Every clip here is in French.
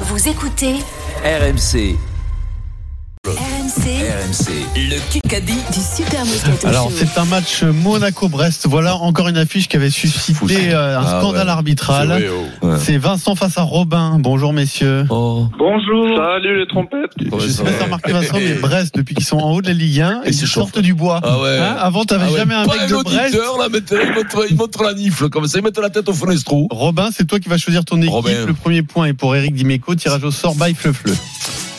Vous écoutez RMC, RMC RMC, le Kikadi. du Super Moscato Alors Show. c'est un match Monaco-Brest. Voilà encore une affiche qui avait suscité euh, un Ah, scandale ouais. arbitral. C'est Vincent face à Robin. Bonjour messieurs. Oh, Bonjour. Salut les trompettes. Je sais pas si t'as remarqué Vincent, mais Brest, depuis qu'ils sont en haut de la Ligue 1, Et ils c'est chaud. sortent du bois. Ah ouais. Hein, avant, t'avais Ah ouais, jamais un pas mec de Brest. l'auditeur, là, mettez- il montre, il montre la nifle, comme ça, il montre la tête au fenestro. Robin, c'est toi qui vas choisir ton équipe. Robin. Le premier point est pour Eric Dimeco. Tirage au sort, bye fleu-fleu.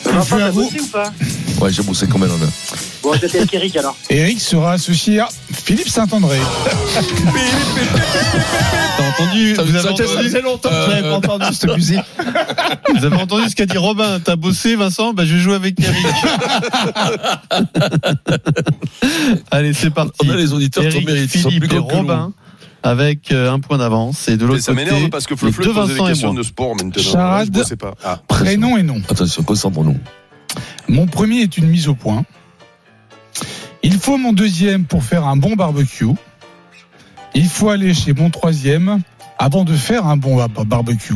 Vincent, t'as bossé ou pas Ouais, j'ai boussé quand même, là. Bon, c'était avec Eric alors. Eric sera associé à Philippe Saint-André. T'as entendu Ça- vous avez ça- ça- ça entendu, faisait longtemps que je l'avais pas entendu cette musique. Vous avez entendu ce qu'a dit Robin. T'as bossé, Vincent Bah, je joue avec Eric. Allez, c'est parti. On a les auditeurs qui Eric, méritent, ils sont plus Philippe et grands que nous. Robin avec euh, un point d'avance. Et de Mais l'autre ça côté, m'énerve parce que les Fleu deux Fleu pose des Vincent et questions moi. de sport maintenant. Charade. Je sais pas. Ah. Prénom et nom. Attention, concentrons-nous. Mon premier est une mise au point. Il faut mon deuxième pour faire un bon barbecue. Il faut aller chez mon troisième avant de faire un bon bar- barbecue.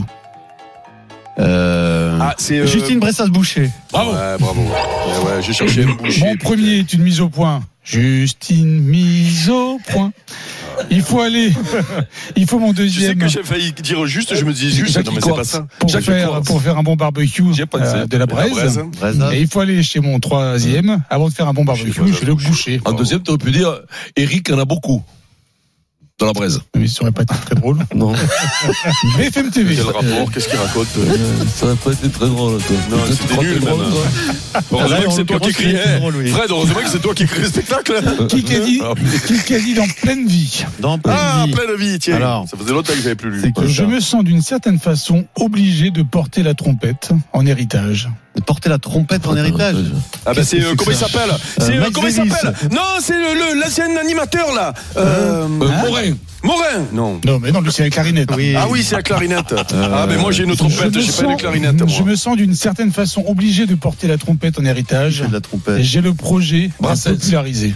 Euh, Ah, c'est. euh, Justine Bressas-Boucher. Bravo. Ouais, bravo. Ouais, ouais, j'ai cherché à me boucher. Mon premier est une mise au point. Justine mise au point. Il faut aller. Il faut mon Tu sais deuxième que j'ai failli dire juste, je me dis juste, Jacques non mais c'est pas Quartz. ça. pour Jacques faire Quartz. pour faire un bon barbecue J'y ai pensé. euh, de la La braise, braise. hein. Bressas. Et il faut aller chez mon troisième avant de faire un bon Chez barbecue Brezza, chez le boucher. En deuxième, t'aurais pu dire, Eric en a beaucoup. Dans la braise. Mais ça aurait pas été très drôle. Non. BFM TV. Quel rapport Qu'est-ce qu'il raconte euh, ça n'a pas été très drôle, toi. Non, Peut-être c'était pas nul, très drôle, même. toi. Ah, Heureusement là, que en c'est toi qui l'occurrence, crie. c'est drôle, oui. Euh, Fred, heureusement que c'est toi qui crie le spectacle. Kikadi, Ah, Kikadi dans pleine vie. Dans Ah, Plaisir. plein de vie, tiens. Alors. ça faisait longtemps que j'avais plus lu. Ah, C'est que Je je me sens d'une certaine façon obligé de porter la trompette en héritage. porter la trompette en héritage. Ah, bah, c'est. Qu'est-ce euh, que comment il c'est que ça s'appelle C'est. euh, Max Comment il Davis. s'appelle Non, c'est euh, le- l'ancien animateur, là. Euh, Euh, Morin. Morin Non. Non, mais non, lui, c'est la clarinette. Oui. Ah oui, c'est la clarinette. Ah, mais moi, j'ai une trompette, me j'ai Euh, pas sens- une clarinette, moi. Je me sens d'une certaine façon obligé de porter la trompette en héritage. de la Et trompette. J'ai le projet à Brassens. populariser.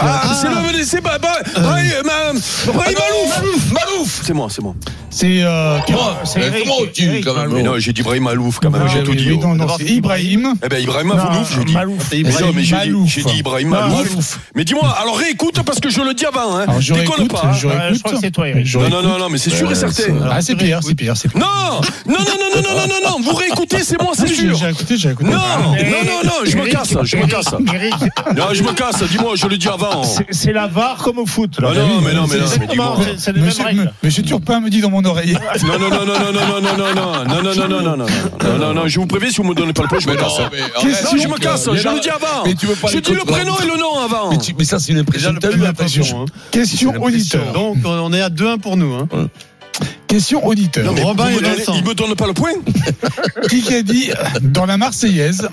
Ah, c'est le c'est bah, bah, Brahim, euh, Ah, Brahim bah, Malouf Malouf C'est moi, c'est moi. C'est euh, Moi, c'est mais Eric, comment Eric, tu, Eric, quand même Mais non, j'ai dit Brahim Malouf quand même, Ah, j'ai oui, tout oui, dit. oui, oh. non, non, D'abord, c'est c'est Ibrahim. Eh ben Ibrahim Malouf, j'ai dit. C'est Mais non, Ibrahim mais j'ai dit- Malouf. j'ai dit Ibrahim Malouf. Mais dis-moi, alors réécoute parce que je le dis avant, hein. Alors, je Déconne réécoute. pas. hein. Ah, Je réécoute. c'est toi, Non, non, non, non, mais c'est sûr Ouais, et certain. c'est- Non Ah, c'est Pierre, c'est Pierre, c'est Pierre. Non, non, non, non, non, non, non, non, vous réécoutez, c'est moi, c'est J'ai sûr. j'ai écouté, j'ai Non, écouté. non, non, non, je me casse, je me casse. Non, je me casse, dis-moi, je le dis avant. C'est la VAR comme au foot. Ah non, mais non, mais non, mais dis-moi. c'est les mêmes Monsieur, règles. Monsieur Turpin me dit dans mon oreille. Non, non, non, non, non, non, non, non, non, non, non, non, non, non, non, non, non, non, je vous préviens, si vous me donnez pas le point, je me Mais non, casse. mais Question. Non, arrête, je me donc, casse, euh, je y en le a- dis avant. Mais tu veux pas Je les dis le contre- prénom et le nom avant. Mais, tu- mais ça, c'est une Déjà, impression. le T'as eu plus l'impression. impressionnant, hein. Question C'est la auditeur. Donc, on est à 2-1 pour nous. Hein. Question auditeur. Non, mais Robin vous me et donnez- Vincent. Il me donne pas le point Qui a dit dans la Marseillaise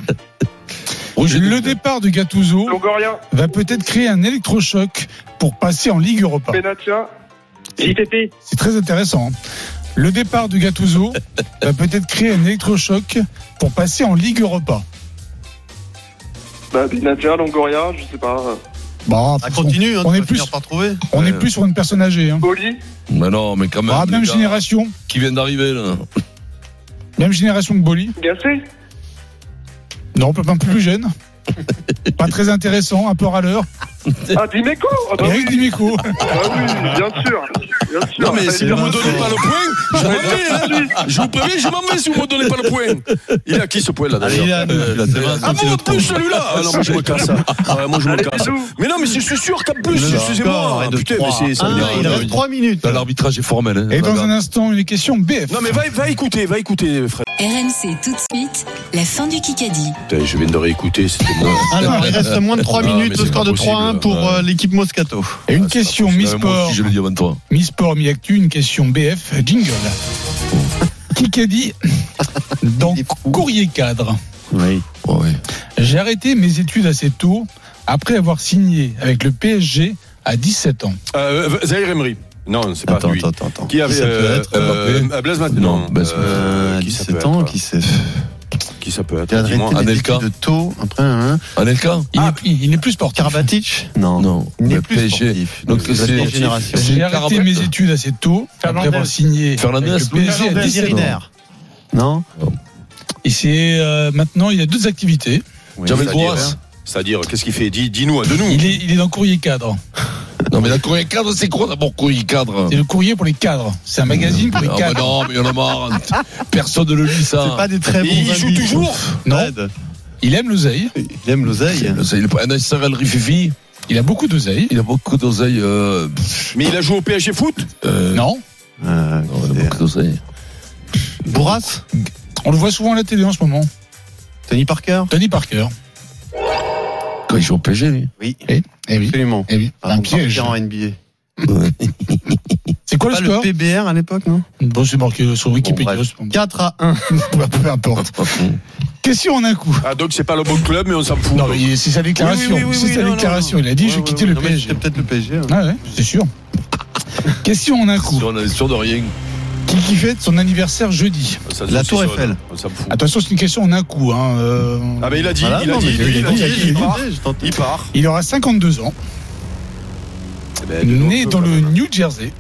Roger Le départ de Gattuso Longoria, va peut-être créer un électrochoc pour passer en Ligue Europa. Benatia, JPP. C'est très intéressant. hein. Le départ de Gattuso va peut-être créer un électrochoc pour passer en Ligue Europa. Bah, Benatia, Longoria, je sais pas. Bon, Ça continue. Hein, on tu est vas plus- finir par trouver. Bah, on est plus sur une personne âgée. hein. Boli, Mais non, mais quand même. Ah, même les gars, génération, Qui vient d'arriver, là. même génération que Boli. Gassé. Non, on peut pas plus jeune. Pas très intéressant, un peu râleur. Ah, Dimeco Ah, bah oui, Eric Dimeco. bah oui, bien sûr. Bien sûr. Bah, Non, mais si vous me Vincent. donnez pas le point, je m'en vais, hein. Je vous préviens, je m'en vais si vous me donnez pas le point. Il a qui ce point là Allez, d'ailleurs il est à nous. Euh, C'est Vincent Ah qui bon, le en trouve. plus celui-là Ah non, moi je me casse. Ah ouais, moi je me Allez, casse. bisous. Mais non, mais je suis sûr qu'en plus, Le excusez-moi. score est de Putain, mais 3 c'est. ça me à 1, dérange. Ah, il non, reste mais- 3 minutes. Là, L'arbitrage est formel. Hein, Et dans Regarde. un instant, une question BF. Non, mais va, va écouter, va écouter, frère. RMC tout de suite, la fin du Kikadi. Putain, je viens de réécouter, c'était moi. Alors, Ah, il reste moins de 3 Non, mais minutes. c'est Le score pas de 3-1 possible. pour euh, l'équipe Moscato. Et une Ah, c'est question pas possible. Ah, moi mi-sport, aussi, je l'ai dit avant toi. mi-sport, mi-actu, une question BF, jingle. Oh. Qui a dit dans Courrier cadre Oui. Oh, ouais. J'ai arrêté mes études assez tôt après avoir signé avec le PSG à 17 ans. Euh, Zahir Emery. Non, c'est pas Attends, lui. attends, attends, attends. Qui avait. ça peut euh, être euh, Blaise Matuidi. Non, Blaise euh, euh, qui ça peut 17 être, ans, là qui s'est Qui ça peut être arrêté Dis-moi. les Anelka. études de taux. Après, hein. Anelka Il n'est- il n'est plus sportif. Karabatic Non. Non. Il n'est Mais plus PSG. sportif. Donc, C'est la c'est- vieille génération. c'est- J'ai arrêté Carabel. mes études assez tôt après Fernandez. avoir signé avec Fernandez. le PSG à Fernandez, 17 ans. Irinaire. Non c'est euh, maintenant il a deux activités. Jamel C'est-à-dire, hein. Bourras. Ah, C'est-à-dire, qu'est-ce qu'il fait Dis- Dis-nous, à de nous. Il est, il est dans courrier cadre. Non, mais la courrier cadre, c'est quoi d'abord courrier cadre C'est le courrier pour les cadres. C'est un magazine pour les Ah, mais cadres. non, mais il y en a marre. Personne ne le lit, C'est ça. pas des très bons Et il joue amis. toujours Non, Fred, il aime l'oseille. Il aime l'oseille. C'est le- un SRL Rififi. Il a beaucoup d'oseille. Il a beaucoup d'oseilles. Euh, Mais il a joué au PSG Foot euh, Non, Ah, non, il a c'est- beaucoup d'oseilles. Bourras on le voit souvent à la télé en ce moment. Tony Parker Tony Parker. Quand il joue au PSG, lui. Oui, Eh oui, absolument. eh oui. Ah, Avant un de partir piège. en NBA. C'est quoi Pas le le score PBR à l'époque, non Bon, c'est marqué sur Wikipédia. bref. c'est pas- 4 à 1. peu importe. Question en un coup. Ah, donc c'est pas le bon club, mais on s'en fout. Non, donc. mais c'est sa déclaration. Oui, oui, oui, oui, c'est sa non, non, déclaration. Il a dit je vais quitter le PSG. C'était peut-être le PSG. hein. Ah ouais, c'est sûr. Question en un coup. Si on est sûr de rien. Qui, qui fête son anniversaire jeudi Ça, La ça, Tour ça, Eiffel. On s'en fout. Attention, c'est une question en un coup. hein, euh, Ah, mais il a dit, Voilà, il a non, mais dit, lui, il a il a dit, dit, il il part. était, je tentais. Il part. il aura 52 ans, Eh ben, dis donc, né peu, dans quand le même. New Jersey.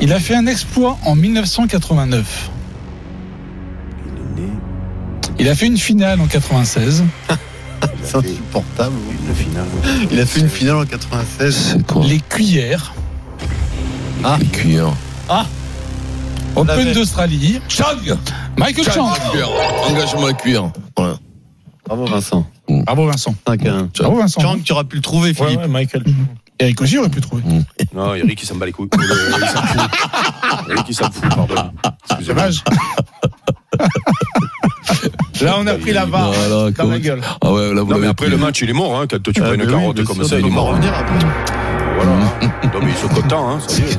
Il a fait un exploit en 1989. Il a fait une finale en 96. C'est insupportable. La finale. Il a fait une finale en 96. C'est quoi Les cuillères. Les cuillères. Open d'Australie. Chang Michael Chang. Cuillère. Engagement à cuillère. Voilà. Bravo Vincent. Bravo Vincent. 5 à 1. Bravo Vincent. Chang, tu auras pu le trouver, Ouais, Philippe. ouais, Michael. Eric aussi aurait pu trouver. Mmh. Non, Eric, il s'en bat les couilles. Euh, Il s'en fout. Eric, il s'en fout, pardon. Excusez-moi. Dommage. Là, on a pris la barre Voilà, dans ma comment- gueule. Ah ouais, là, vous Non, mais l'avez après pris. le match, il est mort. Hein. Quand Euh, tu prends Ah, une mais oui, carotte bien comme sûr, ça, tu il peux est pas mort. hein. revenir après. Voilà. Non, mais ils sont contents. Hein, ça y est.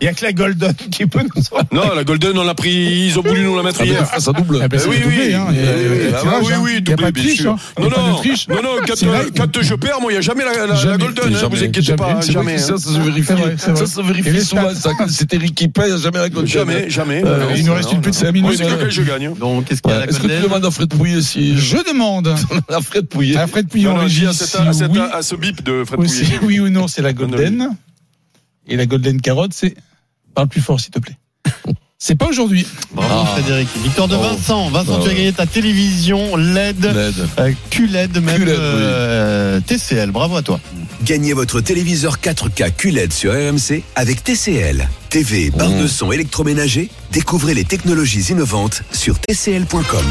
Il n'y a que la Golden qui peut nous sortir. Non, la Golden, on l'a pris. Ils ont voulu nous la mettre Ah, mais hier. ça, ça double. Eh ben, Eh c'est oui, doublé, oui. hein. Eh Il y a- il y a oui, le bah tirage, oui, hein. oui, Il y a doublé, pas de bien triche, sûr. hein. Il y Non, a pas de non, triche. non, non, quand, C'est euh, vrai. quand je perds, moi, il n'y a jamais la, la- la Jamais. Golden. hein, Jamais. vous inquiétez Jamais. pas, C'est vrai jamais. que hein. Ça, ça se vérifie. C'est vrai, c'est vrai. Ça se Et les vérifie souvent. Ça, quand c'est Eric qui paye, il n'y a jamais la Golden. Jamais, jamais. Euh, Non, il nous reste non, une petite non. 5 minutes. Oui, c'est que quand je gagne. hein Donc, qu'est-ce qu'il y a à Ouais. la Est-ce que tu Golden demandes à Fred Pouillet si Je demande à Fred Pouillet à Fred Non, Pouillon non, Régis, dis à, cette- à si cette- oui, à ce bip de Fred ou si Pouillet. oui ou non, c'est la Non, non, Golden. Et la Golden Carotte, c'est. Parle plus fort, s'il te plaît. C'est pas aujourd'hui. Bravo Ah. Frédéric. Victoire de Bravo. Vincent. Vincent, Ah tu as ouais. gagné ta télévision LED, Ned. euh, QLED, même QLED, oui. euh, TCL. Bravo à toi. Gagnez votre téléviseur 4K QLED E sur RMC avec TCL. TV, barre de son électroménager, découvrez les technologies innovantes sur tcl.com.